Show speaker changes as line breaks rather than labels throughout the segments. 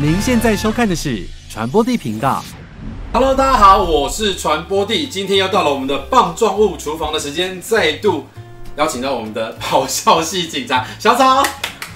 您现在收看的是传播地频道。
Hello，大家好，我是传播帝，今天又到了我们的棒状物厨房的时间，再度邀请到我们的咆哮系警察小草。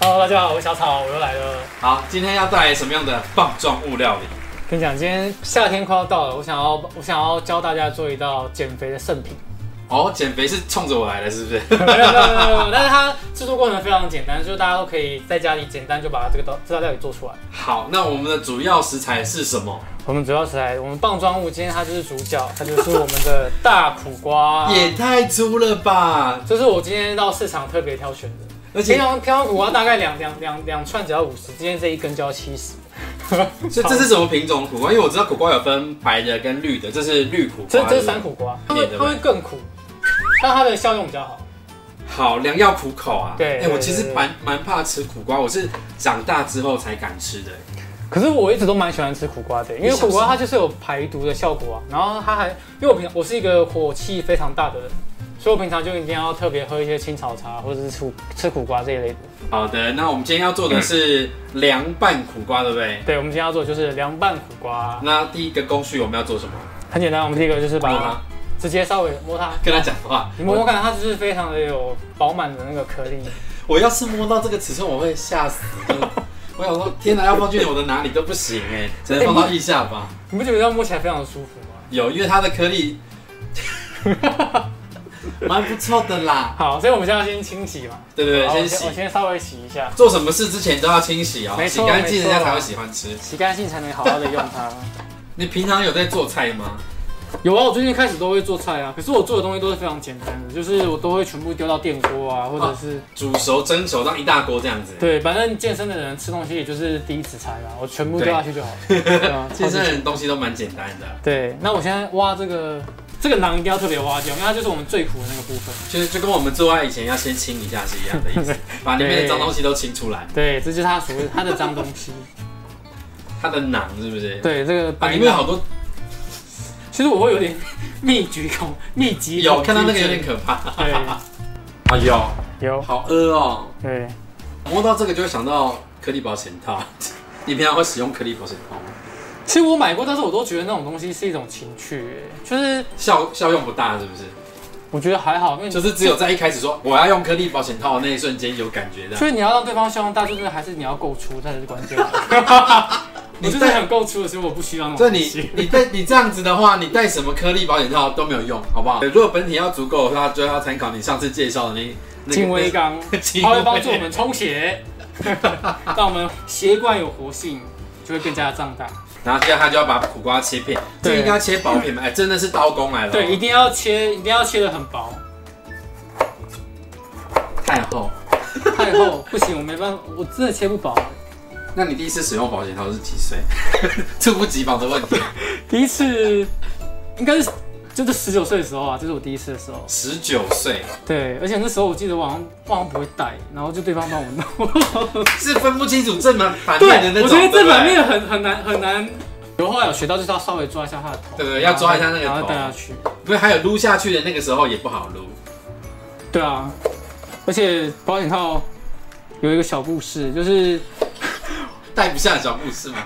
Hello，大家好，我是小草，我又来了。
好，今天要带来什么样的棒状物料理？
跟你讲，今天夏天快要到了，我想要我想要教大家做一道减肥的圣品。
哦，减肥是冲着我来的，是不是？
没有没有没有没有，但是它制作过程非常简单，就是大家都可以在家里简单就把这个道这道料理做出来。
好，那我们的主要食材是什么？
我们主要食材，我们棒状物今天它就是主角，它就是我们的大苦 瓜，
也太粗了吧！
这是我今天到市场特别挑选的。
而
平
且，
哎
常平常苦瓜大概两两两两串只要五十，今天这一根就要七十。
所以 这是什么品种苦瓜？因为我知道苦瓜有分白的跟绿的，这是绿苦瓜。
这这
对
是
不对
山苦瓜，它
对
会
对
它会更苦，但它的效用比较好。
好，良药苦口啊。
对
哎、
对
我其
对
实
对
蛮蛮怕吃苦瓜，我是长大之后才敢吃的、
可是我一直都蛮喜欢吃苦瓜的，因为苦瓜它就是有排毒的效果啊。然后它还，因为我平常我是一个火气非常大的人，所以我平常就一定要特别喝一些青草茶或者是吃苦吃苦瓜这一类的。
好的，那我们今天要做的是凉拌苦瓜，对不对？
对，我们今天要做的就是凉拌苦瓜，
那第一个工序我们要做什么？
很简单，我们第一个就是把
帮
它
他
直接稍微摸它，
跟他讲话。
你摸摸看，它就是非常的有饱满的那个颗粒。
我要是摸到这个尺寸，我会吓 死。真的我想说，天哪，要放进我的哪里都不行 哎、只能放到腋下吧。
你不觉得这样摸起来非常的舒服吗？
有，因为它的颗 粒蛮不错的啦。
好，所以我们现在要先清洗嘛。
对对对，
好
先
我我
洗。
先稍微洗一下，
做什么事之前都要清洗哦，
没
洗
错
干净
没
人
错
家才会喜欢吃。
洗干净才能好好的用它。
你平常有在做菜吗？
有啊，我最近开始都会做菜啊，可是我做的东西都是非常简单的，就是我都会全部丢到电锅啊，或者是、
煮熟、蒸熟，让一大锅这样子。
对，反正健身的人吃东西也就是第一次菜啦，我全部丢下 去就好了。对啊
健身
超级
人东西都蛮简单的，
对，那我现在挖这个这个囊一定要特别挖掉，因为它就是我们最苦的那个部分。
就是就跟我们做爱以前要先清一下是一样 的意思，把里面的脏东西都清出来。
对，这就是它所谓它的脏东 西。
它的囊是不是？
对，这个
啊，
白
里面有
囊，
好多，
其实我会有点 密集恐密集恐
有看到那个有点
惧
可怕。
对，
哎呦，
有
好饿哦！
对，
摸到这个就会想到颗粒保险套。 你平常会使用颗粒保险套吗？
其实我买过，但是我都觉得那种东西是一种情趣、欸就是
效效用不大是不是？
我觉得还好，因为
就是只有在一开始说我要用颗粒保险套的那一瞬间有感觉的。
所以你要让对方效用大，就是还是你要够粗才是关 键。我
你
就是
戴
很够粗的，所以我不需要那种
这
东
你
西。
你戴你这样子的话，你戴什么颗粒保险套都没有用，好不好？对如果本体要足够的话，就要参考你上次介绍的那那
金威
个
刚，
金
它会
威
帮助我们 充血，让我们血管有活性，就会更加的胀大。
然后接下来他就要把苦瓜切片，这
对
应该切薄片吧？哎，真的是刀工来了哦，
对，一定要切，一定要切的很薄，
太厚。
太厚不行，我没办法，我真的切不啊薄。
那你第一次使用保险套是几岁？ 猝不及防的 问题。
第一次应该是就是十九岁的时候啊，这是我第一次的时候。
十九岁
对，而且那时候我记得我好像我好像不会带，然后就对方帮我弄。
是分不清楚正反反面的那 种，
对，我觉
对
得这
不对
版面很很难很难。有后来有学到就是要稍微抓一下他的头，
对对要抓一下那个头
然后带下去。
不是还有撸下去的那个时候也不好撸。
对啊，而且保险套有一个小故事， 就是
带不下的小故事嘛，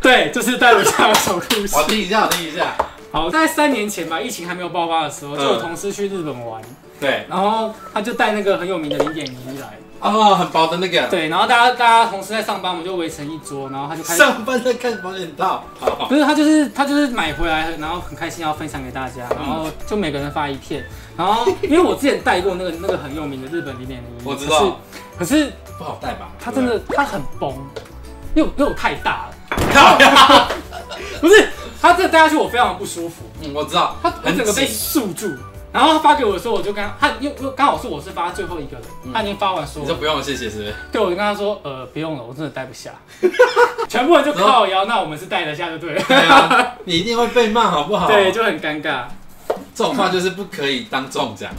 对，就是带我下的小故 事
我。听一下，我听一下。
好，大概三年前吧，疫情还没有爆发的时候，就有同事去日本玩，
对，
然后他就带那个很有名的零点一来，
哦，很薄的那个，
对，然后大家大家同事在上班，我们就围成一桌，然后他就开始。
上班在看保险套。好好
不是他就是他就是买回来，然后很开心要分享给大家，然后就每个人发一片，然后因为我之前带过那个那个很有名的日本零点零，
我知道，
可是可是
不好带吧？
它真的它很崩，又又太大了，
靠呀，
不是它这带下去我非常的不舒服，
嗯，我知道，
它我整个被束住，然后他发给我的时候我就跟他，他因为因为刚好是我是发最后一个人，他已经发完所
嗯你
有
就
人，
不用了谢谢，是 不是？
对我就跟他说呃不用了，我真的带不下， 全部人就靠摇，那我们是带得下就对了，
对啊，你一定会被骂，好不好？
对，就很尴尬。
这种话就是不可以当众讲，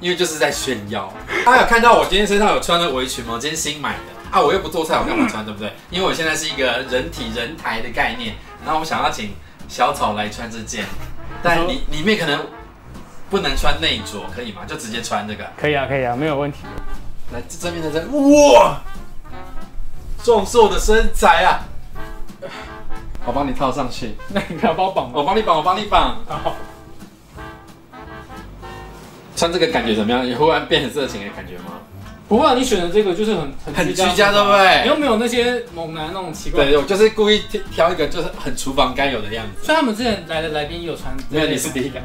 因为就是在炫耀。大家有看到我今天身上有穿的围裙吗？我今天新买的啊，我又不做菜，我干嘛穿，对不对？因为我现在是一个人体人台的概念，然后我想要请小草来穿这件，但里里面可能不能穿内着，可以吗？就直接穿这个。
可以啊，可以啊，没有问题。
来，这正面的这，哇，壮硕的身材啊！我帮你套上去，
那你不要帮我绑吗？
我帮你绑，我帮你绑。
好，
穿这个感觉怎么样？有忽然变成色情的感觉吗？
不过你选的这个就是很很
很居
家风
家，对
格
不对
你？又没有那些猛男那种奇怪。
对，我就是故意挑挑一个就是很厨房该有的样子。
所以他们之前来的来宾也有穿，
没有，你是第一个。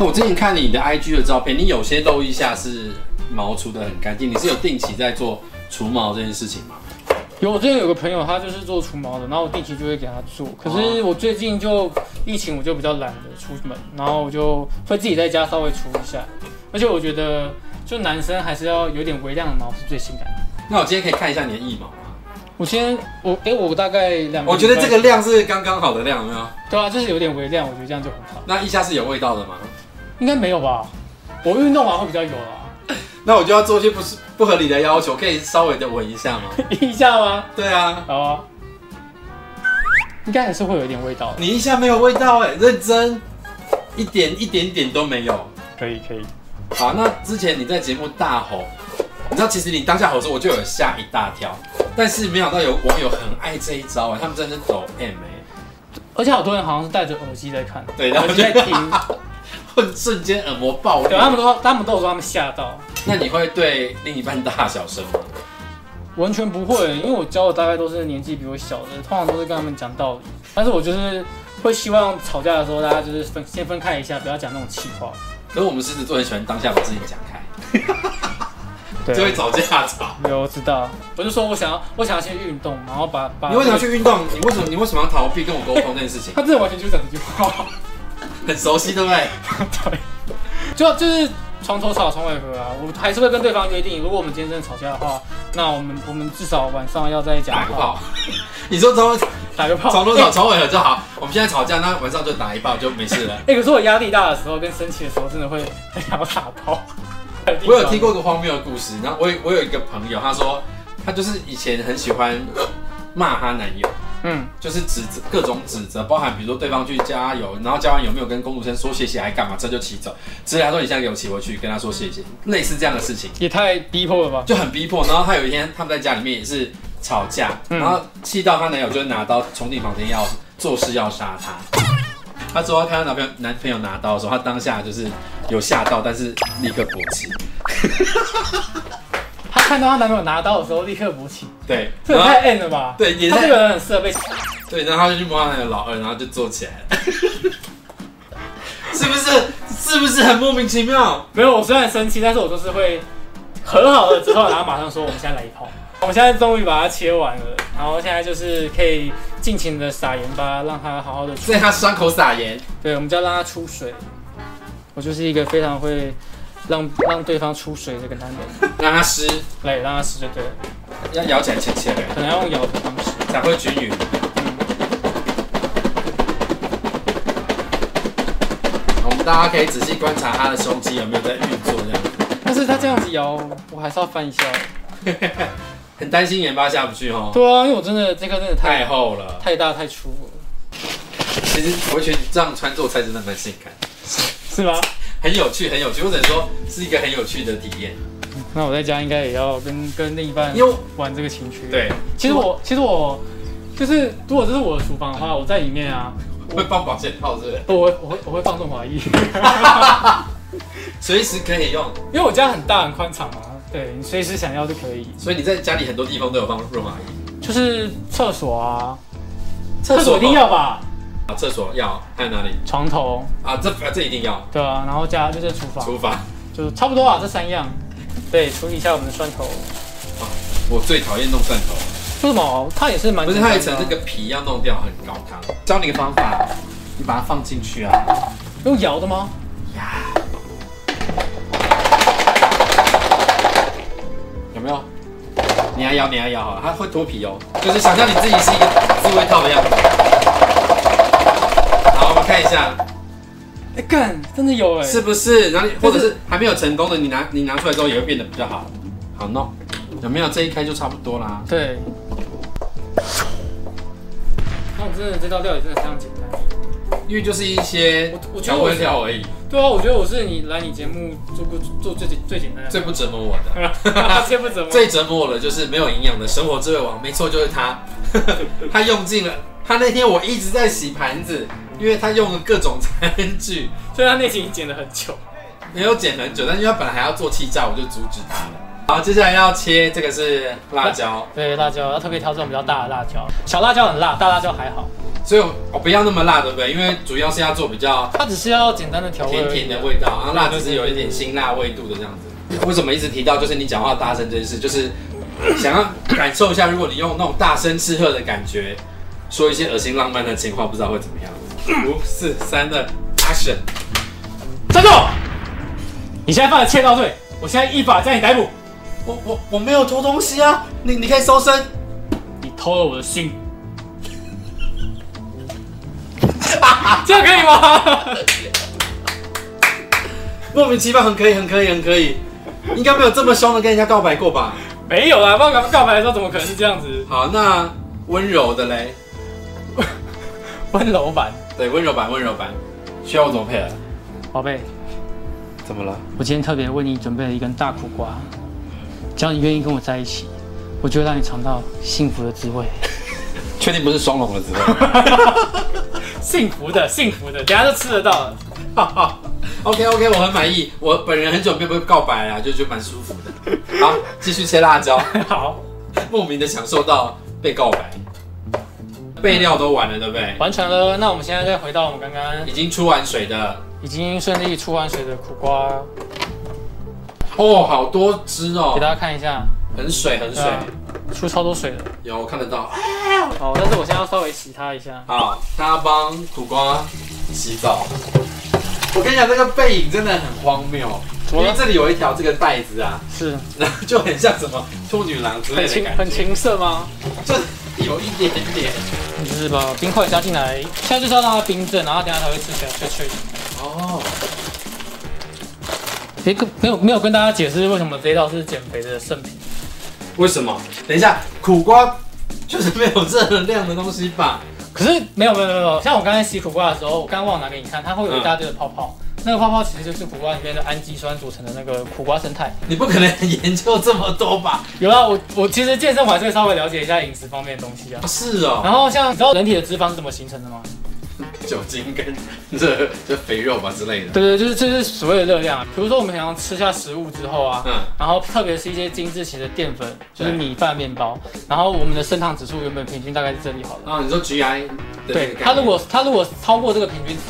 我最近看你的 IG 的照片，你有些露一下是毛除的很干净，你是有定期在做除毛这件事情吗？
有，我之前有个朋友，他就是做除毛的，然后我定期就会给他做。
哦
可是我最近就疫情，我就比较懒得出门，然后我就会自己在家稍微除一下。而且我觉得，就男生还是要有点微量的毛是最性感的。
那我今天可以看一下你的腋毛吗？
我先，我哎、我大概两，
我觉得这个量是刚刚好的量，有没有？
对啊，就是有点微量，我觉得这样就很好。
那腋下是有味道的吗？
应该没有吧？我运动完会比较有啊，
那我就要做一些不是不合理的要求，可以稍微的闻一下 吗？
一下吗？
对啊，
好啊，应该还是会有一点味道的。
你腋下没有味道哎、认真，一点一点点都没有。
可以可以，
好，那之前你在节目大吼，你知道其实你当下吼的时候，我就有吓一大跳，但是没想到有网友很爱这一招哎、他们真的是抖 M 欸哎、
而且好多人好像是戴着耳机在看，
对然后
耳
就
机在听。
混瞬间耳膜爆
对，他们
裂。
都他们都有说他们吓到，
那你会对另一半大小声吗？
完全不会，因为我教的大概都是年纪比我小的，通常都是跟他们讲道理，但是我就是会希望吵架的时候大家就是分先分开一下，不要讲那种气话。
可是我们狮子座很喜欢当下把事情讲开，就会
对，啊
吵架吵。
有我知道，我就说我想要我想要先运动，然后把把
你为什么去运动？你为什么你为什么要逃避跟我沟通这件事情？
他这完全就是讲这句话，
很熟悉，对不对？
对，就就是床头吵床尾和啊，我还是会跟对方约定，如果我们今天真的吵架的话，那我们我们至少晚上要再讲
打个炮。 你说从
打个炮，
从头吵，从尾和就好。我们现在吵架，那晚上就打一炮就没事了。
哎、可是我压力大的时候跟生气的时候，真的会很想要打炮。
我有听过一个荒谬的故事，然后我有我有一个朋友，他说他就是以前很喜欢骂她男友，
嗯，
就是指责各种指责，包含比如说对方去加油，然后加完油没有跟公主生说谢谢，还干嘛车就骑走，直接他说你现在给我骑回去，跟他说谢谢，类似这样的事情。
也太逼迫了吧？
就很逼迫。然后她有一天他们在家里面也是吵架，
嗯
然后气到她男友就拿刀冲进房间要做事要杀她。她说她看到男朋友男朋友拿刀的时候，她当下就是有吓到，但是立刻勃起。
她看到她男朋友拿刀的时候，立刻勃起，
对，
这也
然后
太 N 了吧？
啊对也
她
太
这个人很适合被。
对，然后她就去摸她男友老二，然后就坐起来了。 是不是？是不是很莫名其妙？
没有，我虽然生气，但是我都是会和好了之后，然后马上说我们现在来一炮。 我们现在终于把它切完了，然后现在就是可以尽情的撒盐巴，让它好好的出
所。以她伤口撒盐，
对，我们就要让它出水。我就是一个非常会让让对方出水的一个男 人，
让她湿，
来让他试就对了，
要咬起来切切的，
可能要用咬的方式。
才会均匀。我们大家可以仔细观察她的胸肌有没有在运作，这样。
但是他这样子摇，我还是要翻一下。
很担心盐巴下不去哦，
对啊，因为我真的这个真的太
太厚了。
太大太粗了，
其实我觉得这样穿做菜真的蛮性感，
是吗？
很有趣，很有趣，或者说是一个很有趣的体验。
那我在家应该也要跟跟另一半
因为
玩这个情趣。，
对，
其实我其实我就是如果这是我的厨房的话，我在里面啊，
会放保险套是不是？
我会我会我会放纵华裔，
随时可以用，
因为我家很大很宽敞嘛，对你随时想要就可以，
所以你在家里很多地方都有放润滑液。
就是厕所啊，
厕
厕所一定要吧，
啊，厕所要，还有哪里
床头
啊？这啊这一定要，
对啊，然后家就是厨房，
厨房。
就是差不多啊，这三样，对，处理一下我们的蒜头。
我最讨厌弄蒜头，
为什么？它也是蛮
不是
简
它
单的啊
有一层那个皮要弄掉，很高汤。教你个方法，你把它放进去啊。
用摇的吗？
有没有？你来摇，你来摇好了，它会脱皮哦。就是想象你自己是一个自慰套的样子。好，我们看一下
哎、干，真的有哎、
是不是，然后你或者是还没有成功的，你拿你拿出来之后也会变得比较好。好弄，有没有？这一开就差不多啦。
对。那我真的这道料理真的非常简单，
因为就是一些
我我觉
调
得我
味
是
料而已，
对啊，我觉得我是你来你节目做过做最简最简单的，
最不折磨我的。
最不怎么
最折磨我的就是没有营养的生活智慧王，没错，就是他， 他用尽了。他那天我一直在洗盘子，因为他用了各种餐具，
所以他内勤剪了很久。
没有剪很久，但因为他本来还要做气炸，我就阻止他了。好，接下来要切这个是辣椒，
对，辣椒要特别挑这种比较大的辣椒，小辣椒很辣，大辣椒还好。
所以我我不要那么辣，对不对？因为主要是要做比较
它只是要简单的调味而
甜甜
已，
的味道，然后辣只是有一点辛辣味度的这样子。为什么一直提到就是你讲话大声这件事，就是想要感受一下，如果你用那种大声斥喝的感觉，说一些恶心浪漫的情话，不知道会怎么样。五四三的 action，
站住！你现在犯了窃盗罪，我现在依法将你逮捕。
我我我没有偷东西啊，你你可以搜身。
你偷了我的心。 这样可以吗？
莫名其妙，很可以，很可以，很可以，应该没有这么凶的跟人家告白过吧？
没有啦，告白告白的时候怎么可能是这样子？
好，那温柔的嘞，
温柔版，
对，温柔版，温柔版，需要我怎么配合？
宝贝，
怎么了？
我今天特别为你准备了一根大苦瓜，只要你愿意跟我在一起，我就会让你尝到幸福的滋味。
确定不是双龙的滋味？
幸福的，幸福的，等下就吃得到 了。
OK OK，我 很满意。我本人很久没有被告白了，就觉得蛮舒服的。好，继续切辣椒，
好，
莫名的享受到被告白。备料都完了，对不对？
完成了。那我们现在再回到我们刚刚
已经出完水的。
已经顺利出完水的苦瓜，
哦，好多汁哦
给，大家看一下，
很水很水
对，啊出超多水了。
有我看得到。
好，但是我现在要稍微洗它一下。
好，大家帮苦瓜洗澡。我跟你讲，这个背影真的很荒谬，
怎
因
么了
为这里有一条这个带子啊，
是
然后就很像什么处女郎之类
很
的
青
感
很
觉，
青涩吗？
就是有一点点。
你就是把冰块加进来，现在就是要让它冰镇，然后等一下才会吃起来脆脆的。
哦。
别跟没有没有跟大家解释为什么这一道是减肥的圣品，
为什么？等一下，苦瓜就是没有正能量的东西吧？
可是没有没有没有没有，像我刚才洗苦瓜的时候，我刚忘了拿给你看，它会有一大堆的泡泡，那个泡泡其实就是苦瓜里面的氨基酸组成的那个苦瓜生态。
你不可能研究这么多吧？
有啦，我我其实健身我还是会稍微了解一下饮食方面的东西啊
啊。是哦，
然后像你知道人体的脂肪是怎么形成的吗？
酒精跟这这肥肉吧之类的。
对对，就是这、就是所谓的热量啊。比如说我们平常吃下食物之后啊，
嗯，
然后特别是一些精致型的淀粉，就是
对
米饭、面包。然后我们的升糖指数原本平均大概是这里好了。
然哦后你说 GI 的那个概
对
念，
它如果它如果超过这个平均值，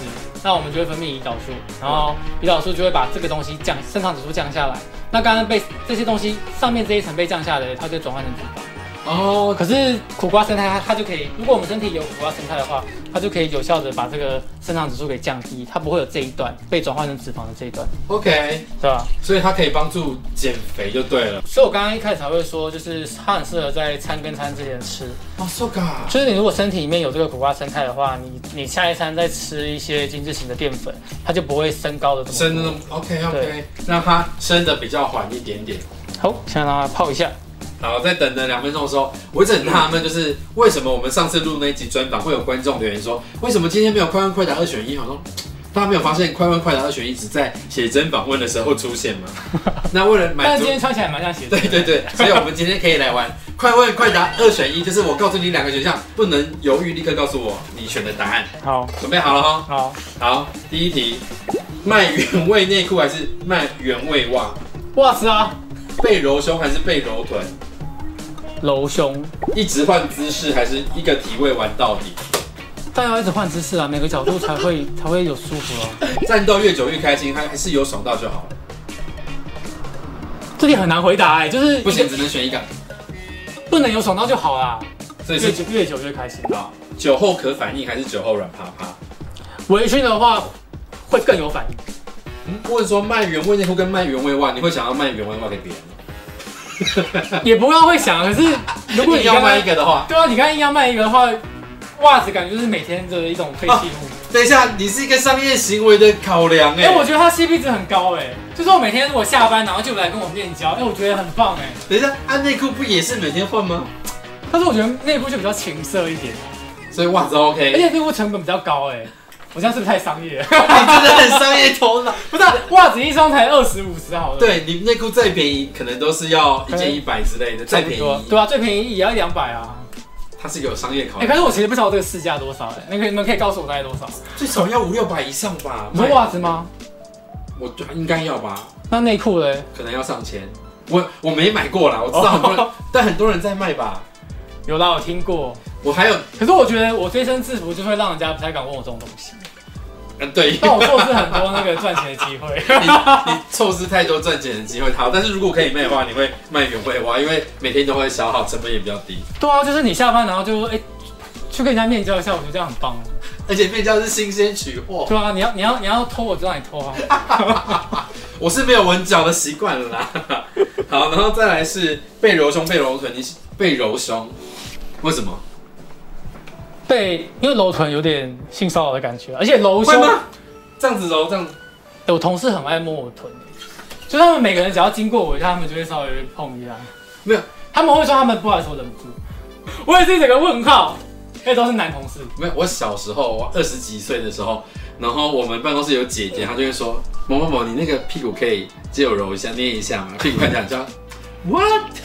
那我们就会分泌胰岛素，然后胰岛素就会把这个东西降升糖指数降下来。那刚刚被这些东西上面这一层被降下来的，它就转换成脂肪。
哦，
可是苦瓜生态它它就可以，如果我们身体有苦瓜生态的话，它就可以有效的把这个升糖指数给降低，它不会有这一段被转换成脂肪的这一段，
OK，
对吧？
所以它可以帮助减肥就对了。
所以我刚刚一开始才会说，就是它很适合在餐跟餐之前吃。
哦，so g
就是你如果身体里面有这个苦瓜生态的话，你你下一餐再吃一些精致型的淀粉，它就不会升高的这么多
生的 OK
对
OK，让它生的比较缓一点点。
好，先让它泡一下。
好，在等了两分钟的时候，我一直很纳闷，就是为什么我们上次录那一集专访会有观众留言说，为什么今天没有快问快答二选一？我说，大家没有发现快问快答二选一只在写真访问的时候出现吗？那为了
但
满
是
足
今，天穿起来蛮像鞋 子。
对对。对，所以我们今天可以来玩 快问快答二选一，就是我告诉你两个选项，不能犹豫，立刻告诉我你选的答案。
好，
准备好了哈，
好，
好，第一题，卖原味内裤还是卖原味袜？
哇塞啊，
被揉胸还是被揉臀？
揉胸，
一直换姿势还是一个体位玩到底？
但要一直换姿势啊，每个角度才会 才会有舒服哦。
战斗越久越开心，还还是有爽到就好了。
这里很难回答哎、就是
不行，只能选一个，
不能有爽到就好啦，
所以
越
是
久越久越开心。
啊，酒后可反应还是酒后软趴趴？
微醺的话会更有反应，
嗯，问说卖原味内裤跟卖原味袜，你会想要卖原味袜给别人 吗？
也不要会想。啊可是如果你
要
刚刚
卖一个的话，
对啊，你看硬要卖一个的话，袜子感觉就是每天的一种废弃物。
等一下，你是一个商业行为的考量哎、
哎、我觉得它 CP 值很高哎、就是我每天如果下班然后就来跟我面交，哎、我觉得很棒哎、
等一下，按内裤不也是每天换吗？
但是我觉得内裤就比较情色一点，
所以袜子
而
OK，
且内裤成本比较高哎、我这样是不是太商业了？
你真的很商业头 脑。
不是、啊，袜子一双才二十五十好了，，
对你内裤再便宜，可能都是要一件一百之类的，再便宜，
对啊，最便宜也要两百啊。
它是有商业考
哎、
量
可，是我其实不知道这个市价多少哎、那个你们可以告诉我大概多少？
最少要五六百以上吧。
你说袜子吗？
我就应该要吧，
那内裤嘞？
可能要上千。我我没买过啦，我知
哦
道很多人，但很多人在卖吧。
有啦，我听过。
我还有，
可是我觉得我贴身制服就会让人家不太敢问我这种东西，
嗯， 对，
但我错失很多那个赚钱的机会。
你你错失太多赚钱的机会。好，但是如果可以卖的话，你会卖原味蛙，因为每天都会消耗，成本也比较低。
对啊，就是你下班然后就哎、去跟人家面交一下，我觉得这样很棒。啊
而且面交是新鲜取货，
对啊，你要你要你要偷我就让你偷啊。
我是没有闻脚的习惯了啦。 好，然后再来是被揉胸、被揉臀，你被揉胸，为什么？
被因为揉臀有点性骚扰的感觉，而且揉
会
胸，
吗？这样子揉，这样子
我同事很爱摸我臀、就他们每个人只要经过我一下，他们就会稍微碰一下。
没有
他们会说他们不好意思，我忍不住。我也是一整个问号，因为都是男同事。
没有。我小时候，我二十几岁的时候，然后我们办公室有姐
嗯
姐，她就会说某某某，你那个屁股可以借我揉一下、捏一下 吗？屁股看起来像 what？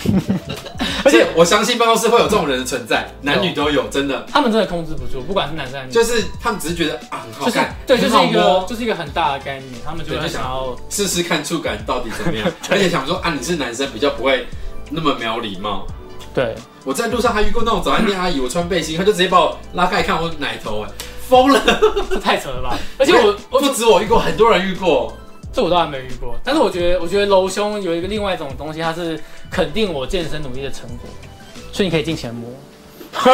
而
而且
且我相信办公室会有这种人的存在，男女都有，真的。
他们真的控制不住，不管是男生还是女
就
生，
是他们只是觉得啊很好
就是
看，
对，就
很
是
好
一个
摸
就是一个很大的概念，他们就
对
会
就想
想要
试试看触感到底怎 么样，而且想说啊你是男生比较不会那么没有礼貌，
对。
我在路上还遇过那种早餐店阿姨，我穿背心，她就直接把我拉开看我奶头，哎，疯了！
这太扯 了吧！而且我我
不止我遇过，很多人遇过。
这我倒还没遇过，但是我觉得我觉得揉胸有一个另外一种东西，它是肯定我健身努力的成果，所以你可以尽情摸。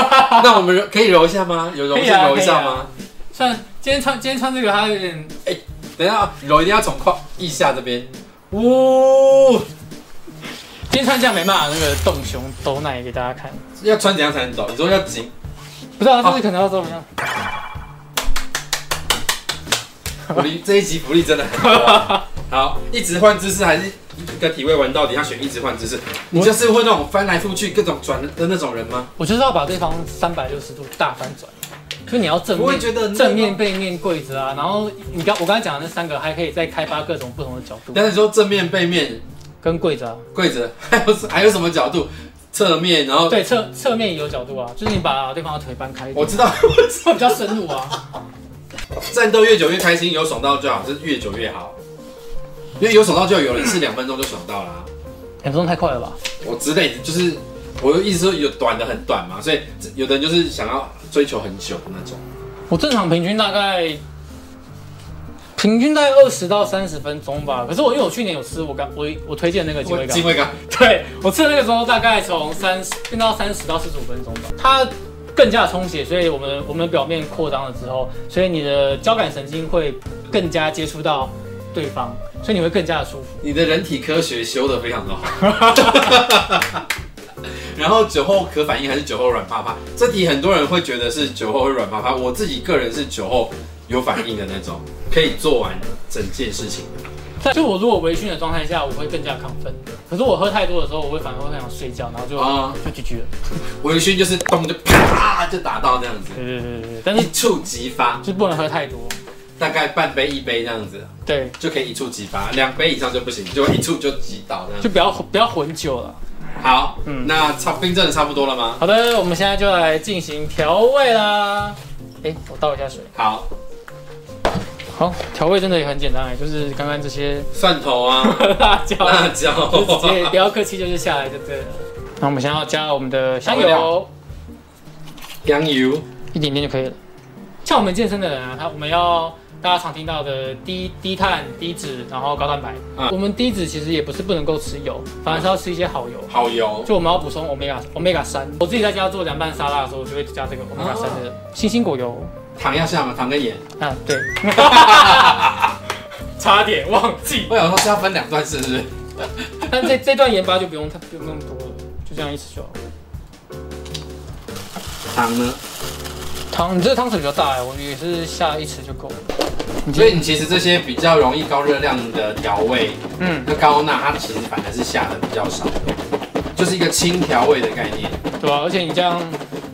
那我们可以揉一下吗？有揉
可以
先
啊
揉一下
可以啊
吗？
虽然今天穿今天穿这个，它有点啊
等一下，揉一定要从胯腋下这边。呜，
今天穿这样没办法那个动胸抖奶给大家看，
要穿怎样才能抖？你说要 紧？
不知道、啊、就是可能要怎么样？
福利这一集福利真的很多 啊。好，一直换姿势还是一个体位玩到底？要选一直换姿势。你就是会那种翻来覆去、各种转的那种人吗？
我就是要把对方三百六十度大翻转，就你要正
不会
面
觉得很累吗
正面背面跪着啊，然后你刚我刚才讲的那三个还可以再开发各种不同的角度
但是说正面、背面、
跟跪着啊，
跪着，还有还有什么角度？侧面，然后
对侧侧面也 有角度啊，就是你把对方的腿搬开一点，
我知道，
会比较深入啊。
战斗越久越开心，有爽到就好，是越久越好。因为有爽到就有人是两分钟就爽到啊啦、
两分哎钟太快了吧？
我之类的就是我的意思说有短的很短嘛，所以有的人就是想要追求很久的那种。
我正常平均大概平均大概二十到三十分钟吧。可是我因为我去年有吃我刚我我推荐那个鸡尾
机
港，
会感，
对我吃的那个时候大概从三十变到三十到四十五分钟吧。它更加充血，所以我们我们表面扩张了之后，所以你的交感神经会更加接触到对方，所以你会更加的舒服。
你的人体科学修得非常的好。 然后酒后可反应还是酒后软趴趴，这题很多人会觉得是酒后会软趴趴，我自己个人是酒后有反应的那种，可以做完整件事情。
在就我如果微醺的状态下，我会更加亢奋。可是我喝太多的时候，我会反而会很想睡觉，然后就、
啊
就 GG 了。
微醺就是咚就啪就打到那样子，
对对对对对，但是
一触即发，
就不能喝太多。
大概半杯一杯这样子
对，
就可以一触即发，两杯以上就不行，就一触就即倒这样
就。不要不要混酒了。
好，
嗯
那差冰镇的差不多了吗？
好的，我们现在就来进行调味啦。哎，我倒一下水。
好，
好，调味真的也很简单哎，就是刚刚这些
蒜头啊，
辣椒，
辣椒，啊
就直接 不要客气，就是下来就对了。那我们现在要加我们的香
调味
油
料，洋油，
一点点就可以了。像我们健身的人啊，他我们要大家常听到的低低碳、低脂，然后高蛋白。
嗯
我们低脂其实也不是不能够吃油，反而是要吃一些好油。
好油，
就我们要补充 omega omega 三，我自己在家做凉拌沙拉的时候，我就会加这个 omega 三的星星果油。
糖要下吗？糖跟盐。
啊， 对，差点忘记。
我想说是要分两段是不是？
但这这段盐巴就不用太不用那么多了，就这样一起就好了。
糖呢？
汤，你这个汤匙比较大哎，我也是下一匙就够了。你
所
这
以你其实这些比较容易高热量的调味，
嗯，
那高钠它其实反而是下的比较少，就是一个轻调味的概念。
对啊吧、而且你这样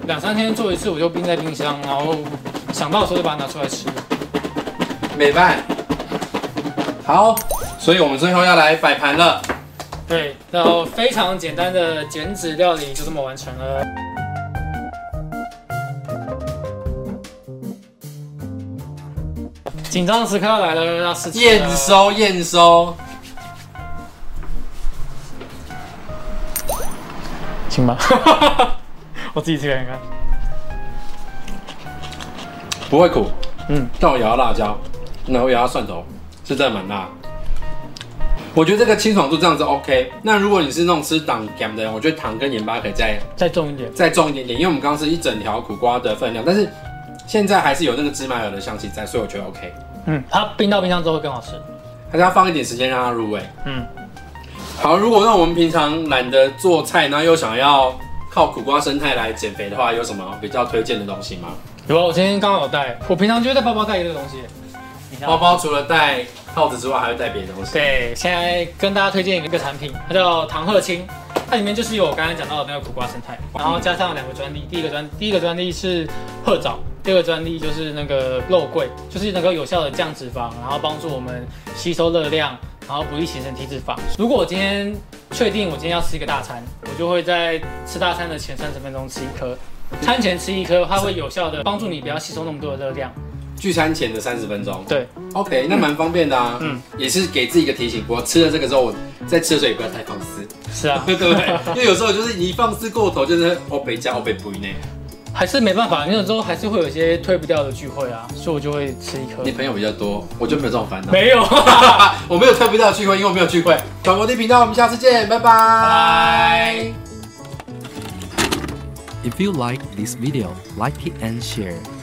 两三天做一次，我就冰在冰箱，然后想到的时候就把它拿出来吃。
美办。好，所以我们最后要来摆盘了。
啊对，然后非常简单的减脂料理就这么完成了。紧张的时刻要来了，要试吃了
验收，验收。
请吧。 我自己吃看看。
不会苦，
嗯，
但我咬到辣椒，然后咬到蒜头，是真的蛮辣。我觉得这个清爽度这样子 OK。那如果你是那种吃党 gam 的人，我觉得糖跟盐巴可以再
再重一点。
再重一点点，因为我们刚刚是一整条苦瓜的分量，但是现在还是有那个芝麻油的香气在，所以我觉得 OK。
嗯，它冰到冰箱之后会更好吃。
还是要放一点时间让它入味。
嗯，
好，如果让我们平常懒得做菜，然后又想要靠苦瓜生态来减肥的话，有什么比较推荐的东西吗？
有啊，我今天刚好有带，我平常就会在包包带这个东西。你看
包包除了带耗子之外，还会带别的东西。
对，现在跟大家推荐一个产品，它叫唐鹤青，它里面就是有我刚才讲到的那个苦瓜生态，然后加上两个专利，第一个专第一个专利是褐藻，第二个专利就是那个肉桂，就是能够有效的降脂肪，然后帮助我们吸收热量，然后不易形成体脂肪。如果我今天确定我今天要吃一个大餐，我就会在吃大餐的前三十分钟吃一颗，餐前吃一颗，它会有效的帮助你不要吸收那么多的热量。
聚餐前的三十分钟，
对，
OK，那蛮方便的啊。
嗯
嗯，也是给自己一个提醒，我吃了这个之后，我在吃的时候也不要太放肆，
是啊。
对不对？因为有时候就是你一放肆过头，就是哦北加哦北不呢。
嗯还是没办法，因为有时候还是会有一些推不掉的聚会啊，所以我就会吃一颗
你。朋友比较多，我就没有这种烦恼。
没有，
我没有特别到聚会，因为我没有聚会。传播地频道，我们下次见，拜拜
If you like this video, like it and share.